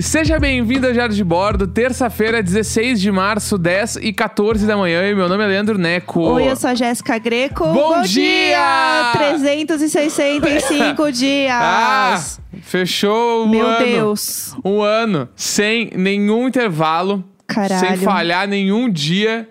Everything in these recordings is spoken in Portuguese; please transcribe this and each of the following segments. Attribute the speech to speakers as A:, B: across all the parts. A: Seja bem-vindo ao Diário de Bordo, terça-feira, 16 de março, 10 e 14 da manhã. E meu nome é Leandro Neco.
B: Oi, eu sou a Jéssica Greco.
A: Bom dia!
B: 300 e 365 dias!
A: Ah, fechou o
B: Meu
A: Um ano.
B: Deus!
A: Um ano sem nenhum intervalo.
B: Caralho.
A: Sem falhar nenhum dia.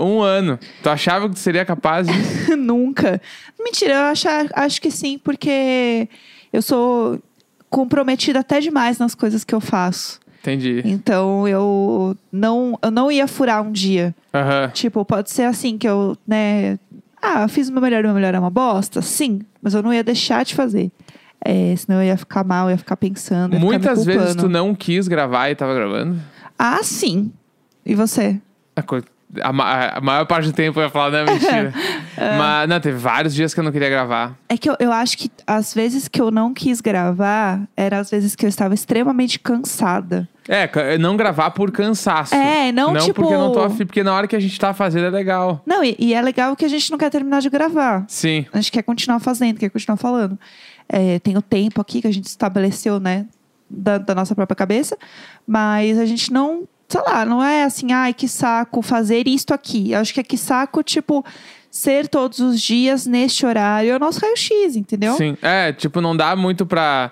A: Um ano. Tu achava que seria capaz de...
B: Nunca. Mentira, eu acho, acho que sim, porque eu sou comprometida até demais nas coisas que eu faço.
A: Entendi.
B: Então eu não, eu não ia furar um dia.
A: Aham.
B: Tipo, pode ser assim que eu, né? Ah, eu fiz o meu melhor, o meu melhor é uma bosta? Sim, mas eu não ia deixar de fazer. É, senão eu ia ficar mal, eu ia ficar pensando. ia
A: Muitas
B: ficar me
A: vezes tu
B: culpando.
A: não quis gravar e tava gravando.
B: Ah, sim. E você?
A: A, co- a ma- a maior parte do tempo eu ia falar, não, mentira. Mas, não, teve vários dias que eu não queria gravar.
B: É que eu, eu acho que as vezes que eu não quis gravar, eram as vezes que eu estava extremamente cansada.
A: É, ca- não gravar por cansaço.
B: É, não,
A: não
B: tipo-
A: porque eu não tô afim, porque na hora que a gente tá fazendo é legal.
B: Não, e, e é legal que a gente não quer terminar de gravar.
A: Sim.
B: A gente quer continuar fazendo, quer continuar falando. É, tem o tempo aqui que a gente estabeleceu, né? Da, da nossa própria cabeça. Mas a gente não, sei lá, não é assim, ai, que saco fazer isto aqui. Eu acho que é que saco, tipo, ser todos os dias neste horário é o nosso raio-x, entendeu?
A: Sim. É, tipo, não dá muito pra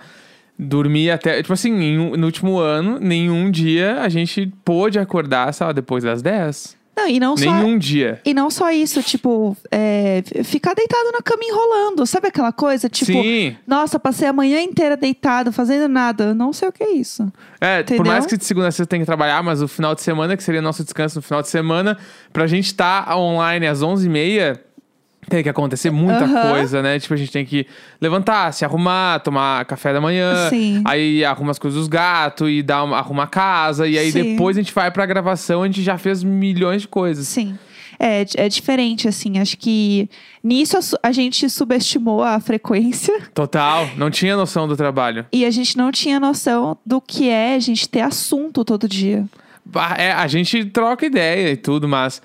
A: dormir até. Tipo assim, em um- no último ano, nenhum dia a gente pôde acordar, sei lá, depois das 10.
B: Não, e não só.
A: nenhum dia.
B: E não só isso, tipo, é, f- ficar deitado na cama enrolando. Sabe aquela coisa? Tipo,
A: Sim.
B: nossa, passei a manhã inteira deitado, fazendo nada. Eu Não sei o que é isso.
A: É,
B: Entendeu?
A: por mais que de segunda a sexta tem que trabalhar, mas o final de semana, que seria nosso descanso no final de semana, pra gente estar online às 11h30, tem que acontecer muita
B: Aham.
A: coisa, né? Tipo, a gente tem que levantar, se arrumar, tomar café da manhã,
B: Sim.
A: aí arruma as coisas dos gatos e dá uma, arruma a casa, e aí
B: Sim.
A: depois a gente vai pra gravação, a gente já fez milhões de coisas.
B: Sim. É, di- é diferente, assim. Acho que nisso a, su- a gente subestimou a frequência
A: Total, não tinha noção do trabalho.
B: e a gente não tinha noção do que é a gente ter assunto todo dia.
A: Bah, é, a gente troca ideia e tudo, mas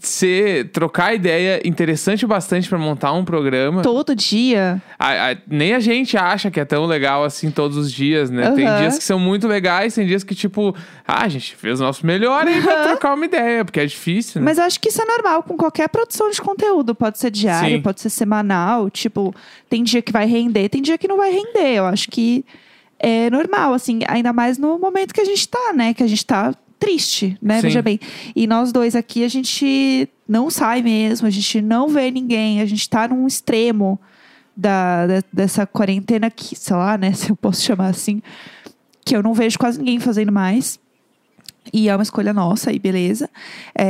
A: ser, trocar ideia interessante o bastante pra montar um programa.
B: Todo dia.
A: A- a- nem a gente acha que é tão legal assim todos os dias, né? Tem
B: Aham.
A: dias que são muito legais, tem dias que, tipo, ah, a gente fez o nosso melhor aí pra trocar uma ideia, porque é difícil, né?
B: Mas acho que isso é normal com qualquer produção de conteúdo. Pode ser diário,
A: Sim.
B: pode ser semanal. Tipo, tem dia que vai render, tem dia que não vai render. Eu acho que é normal, assim, ainda mais no momento que a gente tá, né? Que a gente tá triste, né?
A: Sim.
B: Veja bem. E nós dois aqui, a gente não sai mesmo, a gente não vê ninguém, a gente tá num extremo da, da- dessa quarentena que, sei lá, né? Se eu posso chamar assim, que eu não vejo quase ninguém fazendo mais. E é uma escolha nossa, e beleza.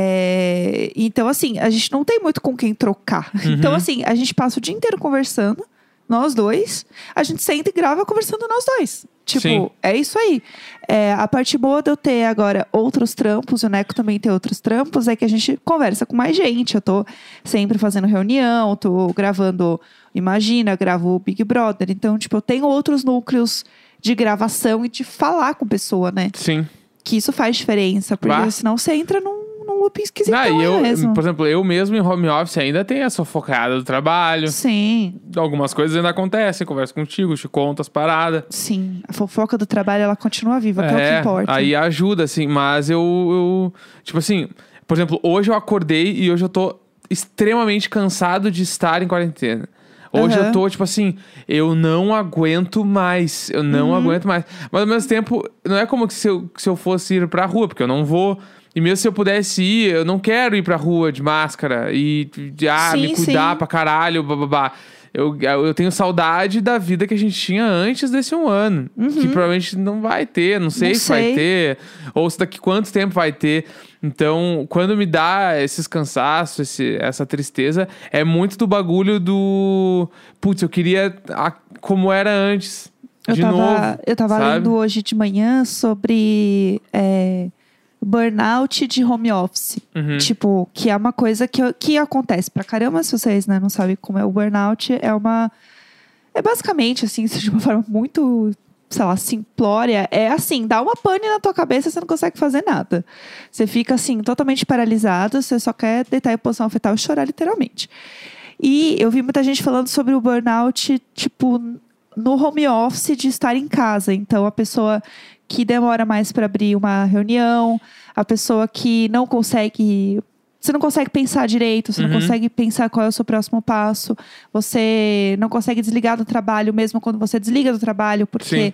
B: É, então, assim, a gente não tem muito com quem trocar. Então, assim, a gente passa o dia inteiro conversando, nós dois. A gente senta e grava conversando nós dois. Tipo,
A: Sim.
B: é isso aí. É, a parte boa de eu ter agora outros trampos, e o Neco também tem outros trampos, é que a gente conversa com mais gente. Eu tô sempre fazendo reunião, tô gravando Imagina, gravo o Big Brother. Então, tipo, eu tenho outros núcleos de gravação e de falar com pessoa, né?
A: Sim.
B: que isso faz diferença, porque
A: Bah.
B: senão você entra num, num loop esquisito
A: Ah, e eu,
B: então é mesmo.
A: por exemplo, eu mesmo em home office ainda tenho a sufocada do trabalho.
B: Sim,
A: Algumas coisas ainda acontecem, converso contigo, te conto as paradas.
B: sim. A fofoca do trabalho, ela continua viva, que é, o que importa.
A: Aí ajuda, assim, mas eu, eu- Tipo assim, por exemplo, hoje eu acordei e hoje eu tô extremamente cansado de estar em quarentena. Hoje
B: Aham.
A: eu tô, tipo assim, eu não aguento mais. Eu não
B: Uhum.
A: aguento mais. Mas ao mesmo tempo, não é como que se, eu, que se eu fosse ir pra rua, porque eu não vou. E mesmo se eu pudesse ir, eu não quero ir pra rua de máscara e de, ah, me
B: Sim,
A: cuidar
B: sim.
A: pra caralho, bababá. Eu, eu tenho saudade da vida que a gente tinha antes desse um ano. Que provavelmente não vai ter, não sei
B: Uhum. Não
A: se vai
B: sei.
A: ter, ou se daqui quanto tempo vai ter. Então, quando me dá esses cansaços, esse- essa tristeza, é muito do bagulho do. Putz, eu queria a- como era antes.
B: eu
A: de
B: tava,
A: novo.
B: eu tava
A: sabe?
B: lendo hoje de manhã sobre é, burnout de home office.
A: Uhum.
B: Tipo, que é uma coisa que, eu- que acontece pra caramba, se vocês né, não sabem como é o burnout, é uma. É basicamente, assim, de uma forma muito, sei lá, simplória. É assim, dá uma pane na tua cabeça, você não consegue fazer nada. Você fica, assim, totalmente paralisado, você só quer deitar em posição fetal e chorar, literalmente. E eu vi muita gente falando sobre o burnout, tipo, no home office de estar em casa. Então, a pessoa que demora mais para abrir uma reunião, a pessoa que não consegue. Você não consegue pensar direito, você
A: Uhum.
B: não consegue pensar qual é o seu próximo passo, você não consegue desligar do trabalho mesmo quando você desliga do trabalho,
A: Sim.
B: porque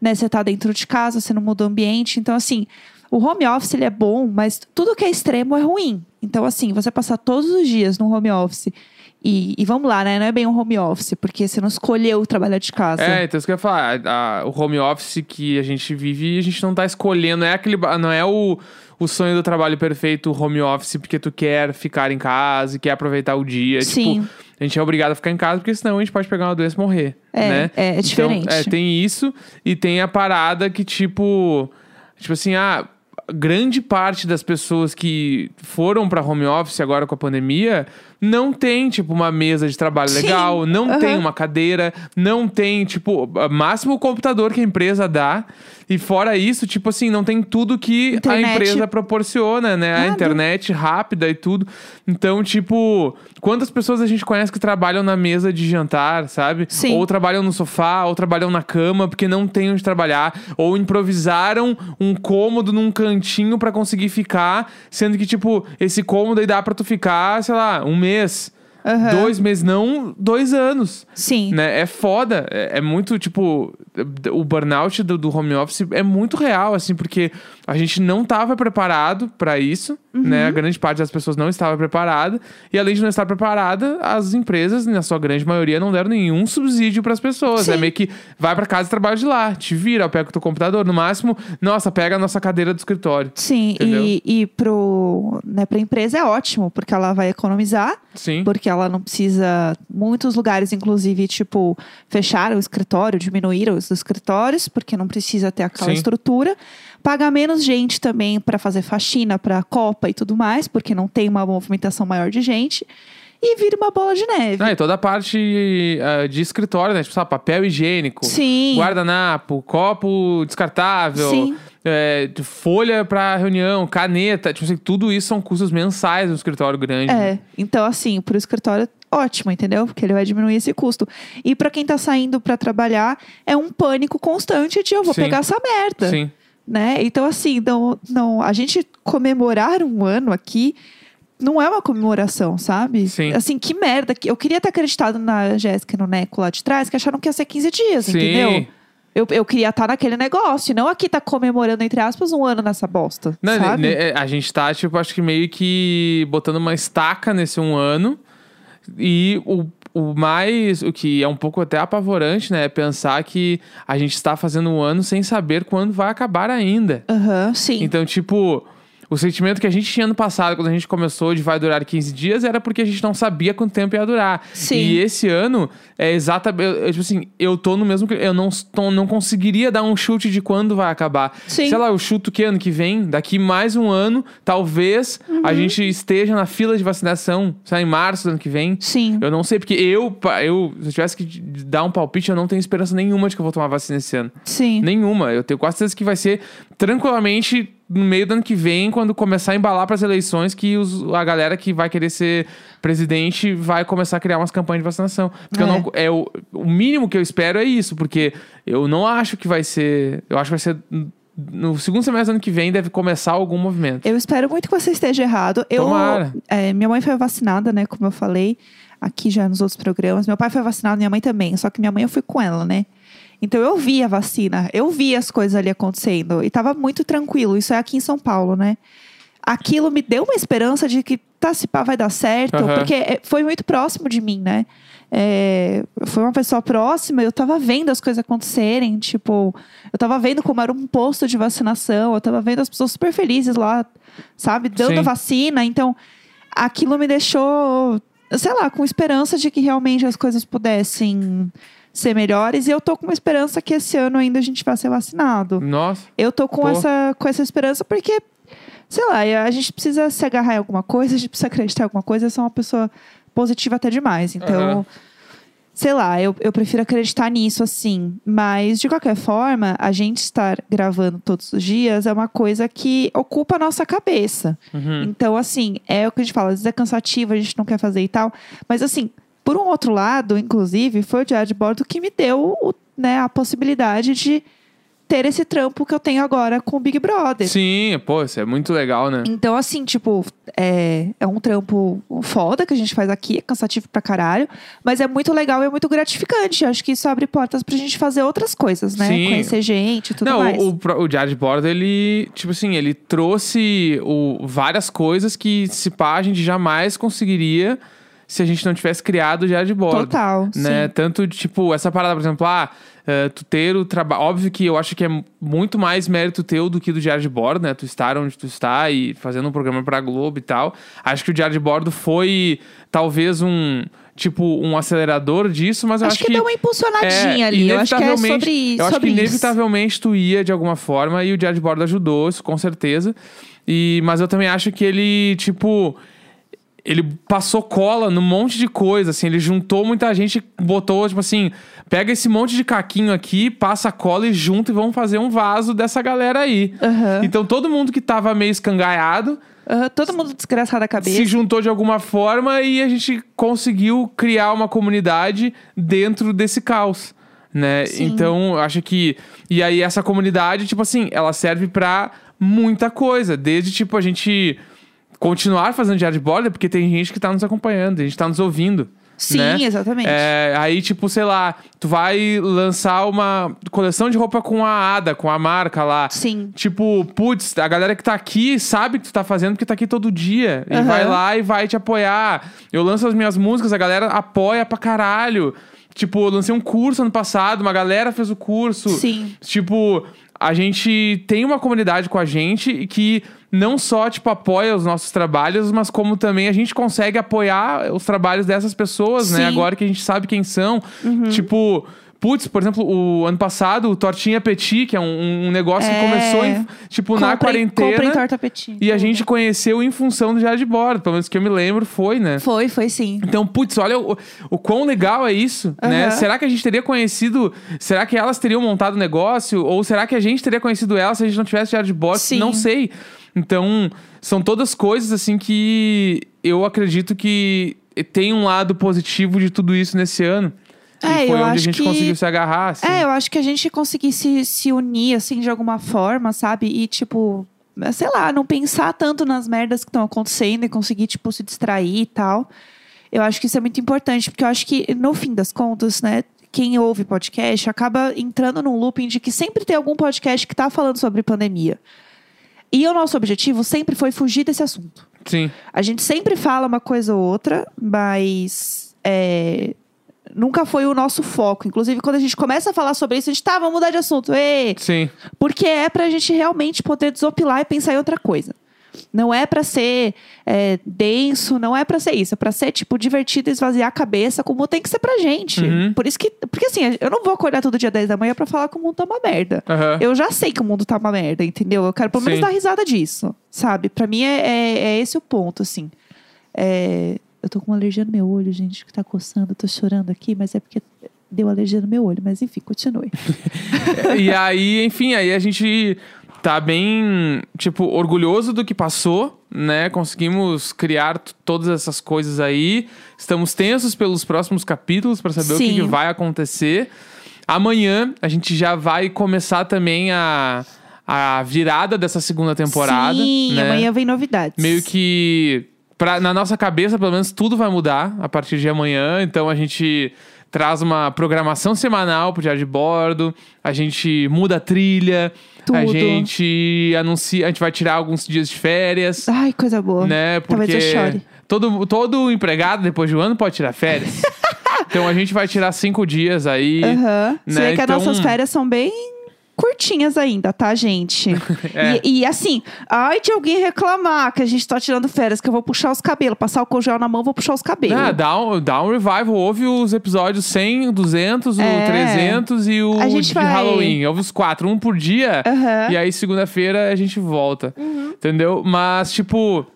B: né, você tá dentro de casa, você não muda o ambiente. Então, assim, o home office ele é bom, mas tudo que é extremo é ruim. Então, assim, você passar todos os dias no home office. E, e vamos lá, né? Não é bem um home office, porque você não escolheu trabalhar de casa.
A: É, então isso que eu ia falar. a- a- o home office que a gente vive, a gente não tá escolhendo. Não é, aquele, ba- não é o, o sonho do trabalho perfeito, o home office, porque tu quer ficar em casa e quer aproveitar o dia.
B: Sim.
A: Tipo, a gente é obrigado a ficar em casa, porque senão a gente pode pegar uma doença e morrer.
B: É,
A: né?
B: é, é diferente.
A: Então, é, tem isso e tem a parada que, tipo. Tipo assim, a grande parte das pessoas que foram pra home office agora com a pandemia não tem, tipo, uma mesa de trabalho
B: Sim.
A: legal, não
B: Aham.
A: tem uma cadeira, não tem, tipo, a- máximo o computador que a empresa dá. E fora isso, tipo assim, não tem tudo que a
B: Internet. Ah,
A: empresa proporciona, né? A
B: Nada.
A: internet rápida e tudo. Então, tipo, quantas pessoas a gente conhece que trabalham na mesa de jantar, sabe?
B: Sim.
A: Ou trabalham no sofá, ou trabalham na cama porque não tem onde trabalhar, ou improvisaram um cômodo num cantinho pra conseguir ficar, sendo que tipo, esse cômodo aí dá pra tu ficar, sei lá, um mês,
B: Aham.
A: dois meses, não, dois anos.
B: Sim.
A: Né? É foda. É, é muito, tipo, o burnout do, do home office é muito real, assim, porque a gente não estava preparado para isso, né?
B: Uhum.
A: A grande parte das pessoas não estava preparada. E além de não estar preparada, as empresas, na sua grande maioria, não deram nenhum subsídio para as pessoas.
B: Sim.
A: É meio que vai para casa e trabalha de lá, te vira, pega o teu computador. No máximo, nossa, pega a nossa cadeira do escritório.
B: Sim,
A: Entendeu?
B: e, e pro, né, pra empresa é ótimo, porque ela vai economizar,
A: Sim.
B: porque ela não precisa. Muitos lugares, inclusive, tipo, fecharam o escritório, diminuíram os escritórios, porque não precisa ter aquela
A: Sim.
B: estrutura. Paga menos gente também para fazer faxina, para Copa e tudo mais, porque não tem uma movimentação maior de gente. E vira uma bola de neve.
A: Ah, e toda a parte ah, de escritório, né? Tipo, sabe, papel higiênico.
B: Sim.
A: Guardanapo, copo descartável,
B: Sim.
A: é, de folha pra reunião, caneta, tipo assim, tudo isso são custos mensais no escritório grande.
B: É, então assim, pro escritório, ótimo, entendeu? Porque ele vai diminuir esse custo. E pra quem tá saindo pra trabalhar, é um pânico constante de eu vou
A: Sim.
B: pegar essa merda,
A: Sim.
B: né? Então assim, não, não, a gente comemorar um ano aqui não é uma comemoração, sabe?
A: Sim.
B: Assim, que merda. que- Eu queria ter acreditado na Jéssica e no Neco lá de trás, que acharam que ia ser 15 dias,
A: Sim.
B: entendeu? Eu, eu queria estar naquele negócio, e não aqui tá comemorando, entre aspas, um ano nessa bosta.
A: Não,
B: sabe?
A: né, né, a gente tá, tipo, acho que meio que botando uma estaca nesse um ano. E o, o mais, o que é um pouco até apavorante, né? É pensar que a gente está fazendo um ano sem saber quando vai acabar ainda.
B: Aham, sim.
A: Então, tipo, o sentimento que a gente tinha ano passado, quando a gente começou de vai durar 15 dias, era porque a gente não sabia quanto tempo ia durar.
B: Sim.
A: E esse ano é exatamente. eu- eu, Tipo assim, eu tô no mesmo. cli- Eu não, s- tô- não conseguiria dar um chute de quando vai acabar.
B: Sim.
A: Sei lá, eu chuto que ano que vem, daqui mais um ano, talvez
B: Uhum.
A: a gente esteja na fila de vacinação, sei lá, em março do ano que vem.
B: Sim.
A: Eu não sei, porque eu, pa- eu, se eu tivesse que d- dar um palpite, eu não tenho esperança nenhuma de que eu vou tomar vacina esse ano.
B: Sim.
A: Nenhuma. Eu tenho quase certeza que vai ser tranquilamente no meio do ano que vem, quando começar a embalar para as eleições, que os- a galera que vai querer ser presidente vai começar a criar umas campanhas de vacinação. Porque eu
B: É.
A: não- é o, o mínimo que eu espero é isso, porque eu não acho que vai ser. Eu acho que vai ser. n- No segundo semestre do ano que vem deve começar algum movimento.
B: Eu espero muito que você esteja errado. Eu,
A: Tomara.
B: é, minha mãe foi vacinada, né? Como eu falei aqui já nos outros programas. Meu pai foi vacinado, minha mãe também. Só que minha mãe eu fui com ela, né? Então eu vi a vacina, eu vi as coisas ali acontecendo. E tava muito tranquilo. Isso é aqui em São Paulo, né? Aquilo me deu uma esperança de que tá, se pá, vai dar certo.
A: Aham.
B: Porque é, foi muito próximo de mim, né? É, foi uma pessoa próxima, eu tava vendo as coisas acontecerem, tipo, eu tava vendo como era um posto de vacinação, eu tava vendo as pessoas super felizes lá, sabe, dando
A: Sim.
B: a vacina, então aquilo me deixou, sei lá, com esperança de que realmente as coisas pudessem ser melhores, e eu tô com uma esperança que esse ano ainda a gente vai ser vacinado.
A: Nossa.
B: Eu tô com
A: Pô.
B: essa, com essa esperança porque, sei lá, a gente precisa se agarrar em alguma coisa, a gente precisa acreditar em alguma coisa. Eu sou uma pessoa positiva até demais. Então,
A: Aham.
B: sei lá, eu, eu prefiro acreditar nisso assim. Mas, de qualquer forma, a gente estar gravando todos os dias é uma coisa que ocupa a nossa cabeça.
A: Uhum.
B: Então, assim, é o que a gente fala, às vezes é cansativo, a gente não quer fazer e tal. Mas, assim, por um outro lado, inclusive, foi o diário de bordo que me deu o- né, a possibilidade de ter esse trampo que eu tenho agora com o Big Brother.
A: Sim, pô, isso é muito legal, né?
B: Então, assim, tipo, é, é um trampo foda que a gente faz aqui, é cansativo pra caralho, mas é muito legal e é muito gratificante. Acho que isso abre portas pra gente fazer outras coisas, né?
A: Sim.
B: Conhecer gente e tudo
A: Não,
B: mais.
A: o, o, pro- o Jared Bordo, ele, tipo assim, ele trouxe o, várias coisas que se pá, a gente jamais conseguiria se a gente não tivesse criado o Jared Bordo.
B: Total.
A: né?
B: sim.
A: Tanto de, tipo, essa parada, por exemplo, ah, eh, tu ter o trabalho. Óbvio que eu acho que é mu- muito mais mérito teu do que do Diário de Bordo, né? Tu estar onde tu está e fazendo um programa pra Globo e tal. Acho que o Diário de Bordo foi talvez um. Tipo, um acelerador disso, mas eu
B: Acho,
A: acho
B: que, deu uma impulsionadinha
A: é,
B: ali. Eu acho que é
A: inevitavelmente-
B: sobre,
A: Eu acho
B: sobre
A: que
B: isso.
A: inevitavelmente tu ia de alguma forma e o Diário de Bordo ajudou, isso com certeza. E, mas eu também acho que ele, tipo. Ele passou cola num monte de coisa, assim. Ele juntou muita gente, botou, tipo assim... Pega esse monte de caquinho aqui, passa cola e junta e vamos fazer um vaso dessa galera aí.
B: Aham.
A: Então todo mundo que tava meio escangaiado
B: Aham, todo mundo desgraçado da cabeça.
A: se juntou de alguma forma e a gente conseguiu criar uma comunidade dentro desse caos, né?
B: Sim.
A: Então, eu acho que e aí essa comunidade, tipo assim, ela serve pra muita coisa, desde tipo a gente continuar fazendo diário de borda, porque tem gente que tá nos acompanhando, tem gente que tá nos ouvindo.
B: Sim,
A: né?
B: exatamente.
A: É, aí, tipo, sei lá, tu vai lançar uma coleção de roupa com a Ada, com a marca lá.
B: Sim.
A: Tipo, putz, a galera que tá aqui sabe que tu tá fazendo porque tá aqui todo dia. E
B: Aham.
A: vai lá e vai te apoiar. Eu lanço as minhas músicas, a galera apoia pra caralho. Tipo, eu lancei um curso ano passado, uma galera fez o curso.
B: Sim.
A: Tipo, a gente tem uma comunidade com a gente que não só, tipo, apoia os nossos trabalhos, mas como também a gente consegue apoiar os trabalhos dessas pessoas, né?
B: Sim. Uhum.
A: Agora que a gente sabe quem são. Tipo, putz, por exemplo, o ano passado, o Tortinha Petit, que é um, um negócio que
B: É.
A: começou, em- tipo, na
B: Comprem-
A: quarentena.
B: comprem torta petit.
A: E a gente conheceu em função do Diário de Bordo, pelo menos que eu me lembro, foi, né?
B: Foi, foi sim.
A: Então, putz, olha o, o quão legal é isso, né?
B: Aham.
A: Será que a gente teria conhecido... Será que elas teriam montado o negócio? Ou será que a gente teria conhecido elas se a gente não tivesse diário de bordo?
B: Sim.
A: Não sei. Então, são todas coisas, assim, que eu acredito que tem um lado positivo de tudo isso nesse ano.
B: É,
A: e foi
B: eu
A: onde a
B: acho
A: gente
B: que-
A: conseguiu se agarrar, assim.
B: É, eu acho que a gente conseguir se, se unir, assim, de alguma forma, sabe? E, tipo, sei lá, não pensar tanto nas merdas que estão acontecendo e conseguir, tipo, se distrair e tal. Eu acho que isso é muito importante, porque eu acho que, no fim das contas, né? Quem ouve podcast acaba entrando num looping de que sempre tem algum podcast que tá falando sobre pandemia. E o nosso objetivo sempre foi fugir desse assunto.
A: Sim.
B: A gente sempre fala uma coisa ou outra, mas é, nunca foi o nosso foco. Inclusive, quando a gente começa a falar sobre isso, a gente tá, vamos mudar de assunto. Ê!
A: Sim.
B: Porque é pra gente realmente poder desopilar e pensar em outra coisa. Não é pra ser é, denso, não é pra ser isso. É pra ser, tipo, divertido, esvaziar a cabeça, como tem que ser pra gente.
A: Uhum.
B: Por isso que. Porque assim, eu não vou acordar todo dia 10 da manhã pra falar que o mundo tá uma merda.
A: Aham.
B: Eu já sei que o mundo tá uma merda, entendeu? Eu quero pelo menos
A: Sim.
B: dar risada disso, sabe? Pra mim é, é- é esse o ponto, assim. É, eu tô com uma alergia no meu olho, gente, que tá coçando. Eu tô chorando aqui, mas é porque deu alergia no meu olho. Mas enfim, continue.
A: e aí, enfim, aí a gente tá bem, tipo, orgulhoso do que passou, né? Conseguimos criar t- todas essas coisas aí. Estamos tensos pelos próximos capítulos pra saber o que
B: Sim.
A: que, vai acontecer. Amanhã a gente já vai começar também a, a virada dessa segunda temporada.
B: Sim,
A: né?
B: amanhã vem novidades.
A: meio que pra, na nossa cabeça, pelo menos tudo vai mudar a partir de amanhã. Então a gente traz uma programação semanal pro Diário de Bordo, a gente muda a trilha, a
B: Tudo.
A: gente anuncia, a gente vai tirar alguns dias de férias,
B: Ai, coisa boa.
A: né?
B: Tá Talvez eu
A: Porque
B: chore.
A: todo todo empregado depois de um ano pode tirar férias. então a gente vai tirar cinco dias aí.
B: Aham.
A: né,
B: Você vê que
A: então-
B: as nossas férias são bem curtinhas ainda, tá, gente?
A: É.
B: e, e, assim, ai de alguém reclamar que a gente tá tirando férias, que eu vou puxar os cabelos, passar o congel na mão, vou puxar os cabelos.
A: Ah, dá um, dá um revival. Ouve os episódios 100, 200,
B: É.
A: o 300 e o
B: A gente
A: de
B: vai-
A: Halloween. Ouve os quatro, um por dia.
B: Aham. Uhum.
A: E aí, segunda-feira, a gente volta. Entendeu? Mas, tipo,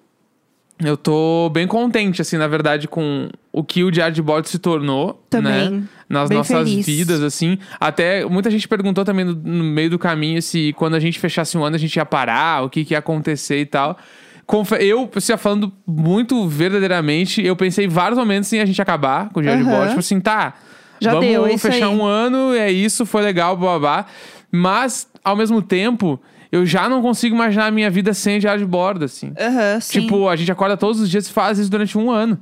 A: eu tô bem contente, assim, na verdade, com o que o Diário de Bordo se tornou.
B: Também.
A: Né? Nas
B: Bem
A: nossas
B: feliz.
A: vidas, assim. Até muita gente perguntou também no, no meio do caminho se quando a gente fechasse um ano a gente ia parar, o que, que ia acontecer e tal. Confe- Eu, assim, falando muito verdadeiramente, eu pensei vários momentos em a gente acabar com o Diário de
B: Aham.
A: Bordo. Tipo assim, tá.
B: Já
A: vamos
B: deu, é isso
A: fechar
B: aí.
A: um ano, é isso, foi legal, babá. Mas ao mesmo tempo, eu já não consigo imaginar a minha vida sem diário de bordo, assim.
B: Aham, sim.
A: Tipo, a gente acorda todos os dias e faz isso durante um ano.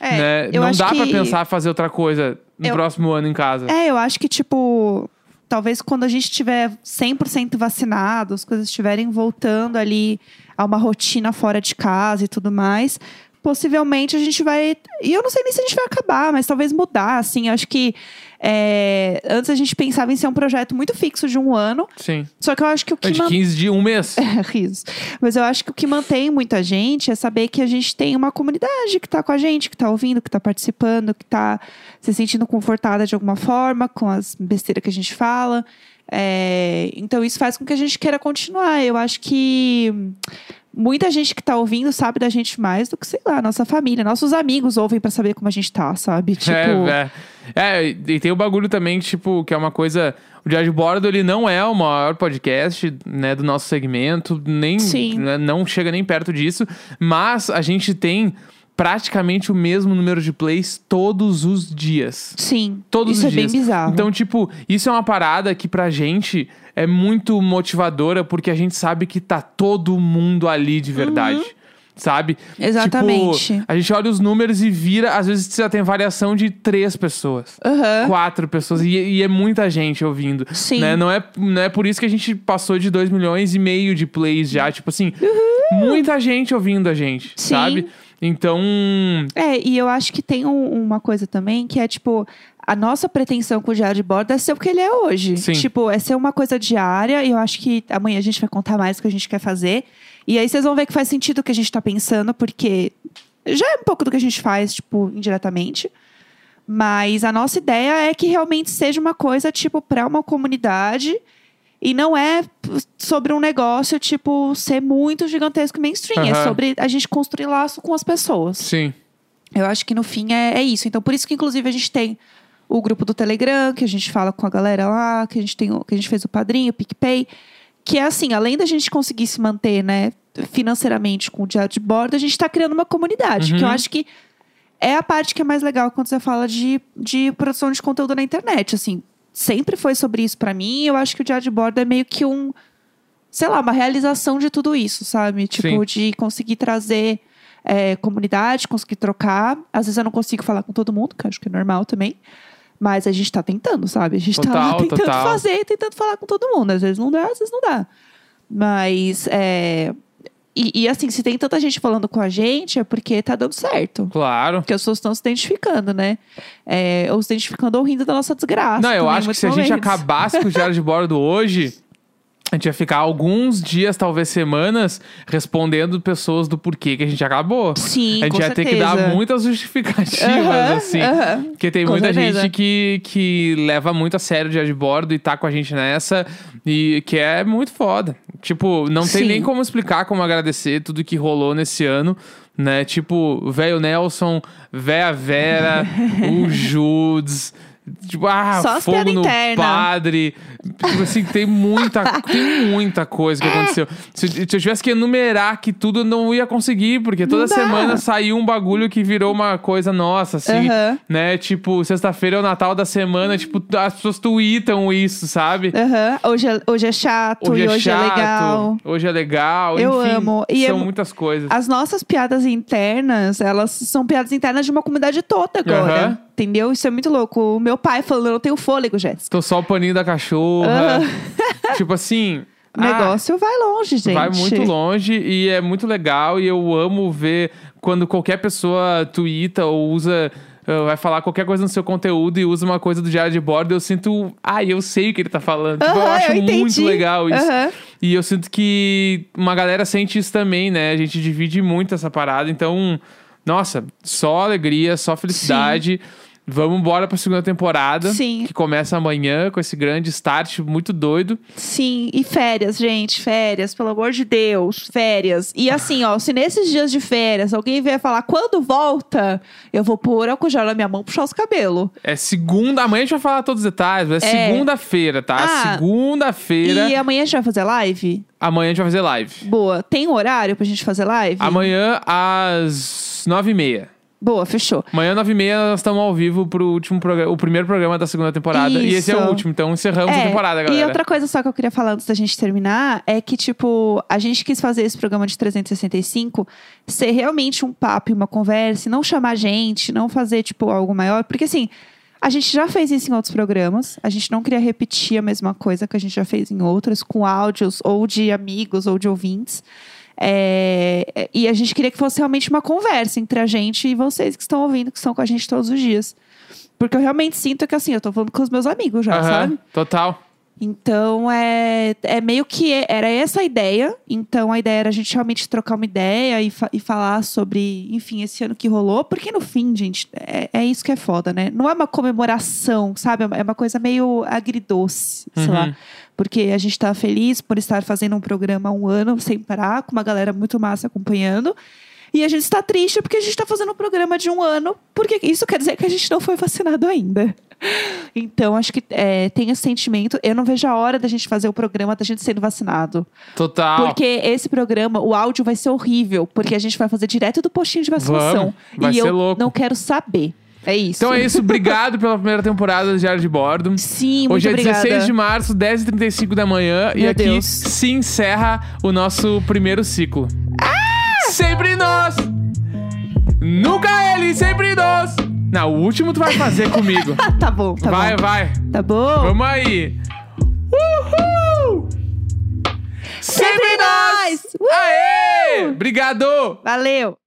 B: É,
A: né?
B: eu
A: Não
B: acho
A: dá pra
B: que-
A: pensar fazer outra coisa no
B: Eu-
A: próximo ano em casa.
B: É, eu acho que, tipo, talvez quando a gente tiver 100% vacinado, as coisas estiverem voltando ali a uma rotina fora de casa e tudo mais, possivelmente a gente vai. E eu não sei nem se a gente vai acabar, mas talvez mudar, assim. Eu acho que. é, Antes a gente pensava em ser um projeto muito fixo de um ano,
A: Sim.
B: só que eu acho que o que É,
A: De
B: man-
A: 15 dias, um mês.
B: risos. Mas eu acho que o que mantém muita gente é saber que a gente tem uma comunidade que tá com a gente, que tá ouvindo, que tá participando, que tá se sentindo confortada de alguma forma com as besteiras que a gente fala. É, então isso faz com que a gente queira continuar. Eu acho que muita gente que tá ouvindo sabe da gente mais do que, sei lá, nossa família. Nossos amigos ouvem pra saber como a gente tá, sabe? Tipo,
A: É, é. É, e tem o bagulho também, tipo, que é uma coisa. O Diário de Bordo, ele não é o maior podcast, né, do nosso segmento, nem.
B: Sim.
A: né, não chega nem perto disso, mas a gente tem praticamente o mesmo número de plays todos os dias.
B: sim.
A: Todos
B: isso
A: os
B: é
A: dias.
B: bem bizarro.
A: Então, tipo, isso é uma parada que pra gente é muito motivadora, porque a gente sabe que tá todo mundo ali de verdade. Sabe?
B: Uhum. Exatamente.
A: Tipo, a gente olha os números e vira, às vezes já tem variação de três pessoas,
B: Aham.
A: quatro pessoas, e, e é muita gente ouvindo.
B: Sim.
A: Né? Não, é, não é por isso que a gente passou de 2 milhões e meio de plays já. Tipo assim, muita gente ouvindo a gente,
B: Uhum. Sim.
A: sabe? Então,
B: É, e eu acho que tem um- uma coisa também que é tipo. A nossa pretensão com o Diário de Bordo é ser o que ele é hoje.
A: Sim.
B: Tipo, é ser uma coisa diária. E eu acho que amanhã a gente vai contar mais o que a gente quer fazer. E aí vocês vão ver que faz sentido o que a gente tá pensando, porque já é um pouco do que a gente faz, tipo, indiretamente. Mas a nossa ideia é que realmente seja uma coisa, tipo, pra uma comunidade. E não é p- sobre um negócio, tipo, ser muito gigantesco e mainstream. É
A: Aham.
B: sobre a gente construir laço com as pessoas.
A: sim.
B: Eu acho que no fim é, é isso. Então, por isso que, inclusive, a gente tem o grupo do Telegram, que a gente fala com a galera lá, que a gente, tem, o- que a gente fez o padrinho, o PicPay. Que é assim, além da gente conseguir se manter, né, financeiramente com o diário de bordo, a gente tá criando uma comunidade.
A: Uhum.
B: Que eu acho que é a parte que é mais legal quando você fala de, de produção de conteúdo na internet. Assim, sempre foi sobre isso pra mim. e Eu acho que o diário de bordo é meio que um, sei lá, uma realização de tudo isso, sabe? Tipo,
A: Sim.
B: de conseguir trazer é, comunidade, conseguir trocar. Às vezes eu não consigo falar com todo mundo, que eu acho que é normal também. Mas a gente tá tentando, sabe? A gente tá
A: Total,
B: tentando
A: total.
B: fazer e tentando falar com todo mundo. Às vezes não dá, às vezes não dá. Mas, é... E, e, assim, se tem tanta gente falando com a gente, é porque tá dando certo.
A: Claro.
B: Porque as pessoas estão se identificando, né? É, ou se identificando ou rindo da nossa desgraça.
A: Não, eu
B: também, em
A: acho que
B: muitos
A: se a gente
B: momentos.
A: acabasse com o diário de bordo hoje, a gente ia ficar alguns dias, talvez semanas, respondendo pessoas do porquê que a gente acabou.
B: Sim,
A: a gente
B: com
A: ia ter que
B: certeza.
A: dar muitas justificativas,
B: Aham,
A: assim.
B: aham.
A: Porque tem
B: Com
A: muita
B: certeza.
A: gente que, que leva muito a sério o diário de bordo e tá com a gente nessa, e que é muito foda. Tipo, não tem
B: Sim.
A: nem como explicar como agradecer tudo que rolou nesse ano, né? Tipo, velho Nelson, véia Vera, o Judes. Tipo, ah,
B: Só as
A: fogo
B: piadas
A: no
B: internas.
A: padre. Tipo assim, tem muita, tem muita coisa que aconteceu. Se, se eu tivesse que enumerar que tudo, eu não ia conseguir, porque toda
B: dá.
A: semana saiu um bagulho que virou uma coisa nossa, assim
B: Aham.
A: né? Tipo, sexta-feira é o Natal da semana, tipo, as pessoas tweetam isso, sabe?
B: Aham. Hoje, é, hoje é chato e hoje é
A: chato,
B: legal.
A: hoje é legal,
B: Eu
A: enfim,
B: amo. E
A: são
B: é-
A: muitas coisas.
B: As nossas piadas internas, elas são piadas internas de uma comunidade toda agora.
A: Aham.
B: Entendeu? Isso é muito louco. O meu pai falando, eu não tenho fôlego, Jéssica.
A: Tô só o paninho da cachorra.
B: Aham.
A: tipo assim,
B: O
A: ah,
B: Ah. negócio vai longe, gente.
A: vai muito longe e é muito legal e eu amo ver quando qualquer pessoa twitta ou usa eh, Vai falar qualquer coisa no seu conteúdo e usa uma coisa do diário de bordo, eu sinto. Ai, eu sei o que ele tá falando. Tipo, eu
B: Aham,
A: acho
B: eu
A: muito
B: entendi.
A: legal isso.
B: Aham.
A: E eu sinto que uma galera sente isso também, né? A gente divide muito essa parada. Então, nossa, só alegria, só felicidade. Vamos embora pra segunda temporada.
B: Sim.
A: Que começa amanhã com esse grande start muito doido.
B: Sim, e férias, gente, férias, pelo amor de Deus, férias. E assim, ó, se nesses dias de férias alguém vier falar quando volta, eu vou pôr álcool gel na minha mão e puxar os cabelos.
A: É segunda. Amanhã a gente vai falar todos os detalhes. mas É,
B: É.
A: segunda-feira, tá?
B: Ah.
A: Segunda-feira.
B: E amanhã a gente vai fazer live? um
A: Amanhã a gente vai fazer live.
B: Boa. Tem horário pra gente fazer live?
A: Amanhã às nove e meia.
B: Boa, fechou.
A: Amanhã, 9h30, nós estamos ao vivo pro último programa, o primeiro programa da segunda temporada. E esse é o
B: Isso.
A: último, então encerramos a
B: É,
A: temporada,
B: E
A: galera.
B: outra coisa só que eu queria falar antes da gente terminar é que, tipo, a gente quis fazer esse programa de 365 ser realmente um papo e uma conversa, e não chamar gente, não fazer, tipo, algo maior, porque assim. A gente já fez isso em outros programas. A gente não queria repetir a mesma coisa que a gente já fez em outras, com áudios ou de amigos ou de ouvintes. É, e a gente queria que fosse realmente uma conversa entre a gente e vocês que estão ouvindo, que estão com a gente todos os dias. Porque eu realmente sinto que, assim, eu tô falando com os meus amigos já,
A: Aham,
B: sabe?
A: Total.
B: Então, é, é meio que é- era essa a ideia. Então, a ideia era a gente realmente trocar uma ideia e, fa- e falar sobre, enfim, esse ano que rolou. Porque no fim, gente, é, é isso que é foda, né? Não é uma comemoração, sabe? É uma- É uma coisa meio agridoce, sei
A: Uhum.
B: lá. Porque a gente tá feliz por estar fazendo um programa há um ano sem parar, com uma galera muito massa acompanhando. E a gente está triste porque a gente está fazendo um programa de um ano, porque isso quer dizer que a gente não foi vacinado ainda. Então, acho que é, tem esse sentimento. Eu não vejo a hora da gente fazer o programa da gente sendo vacinado.
A: Total.
B: Porque esse programa, o áudio vai ser horrível, porque a gente vai fazer direto do postinho de vacinação.
A: Vamos. Vai
B: e
A: ser
B: eu
A: louco.
B: não quero saber. É isso.
A: Então é isso, obrigado pela primeira temporada do Diário de Bordo.
B: Sim, muito
A: Hoje é
B: obrigada.
A: 16 de março, 10h35 da manhã. e
B: Meu
A: aqui
B: Deus.
A: se encerra o nosso primeiro ciclo.
B: Ah!
A: Sempre nós! Nunca ele, sempre nós! Não, o último tu vai fazer comigo.
B: Ah, tá bom, tá
A: vai,
B: bom.
A: vai.
B: Tá bom?
A: Vamos aí. Uhul! Sempre,
B: Sempre
A: nós!
B: nós! Uhul!
A: Aê! Obrigado!
B: Valeu!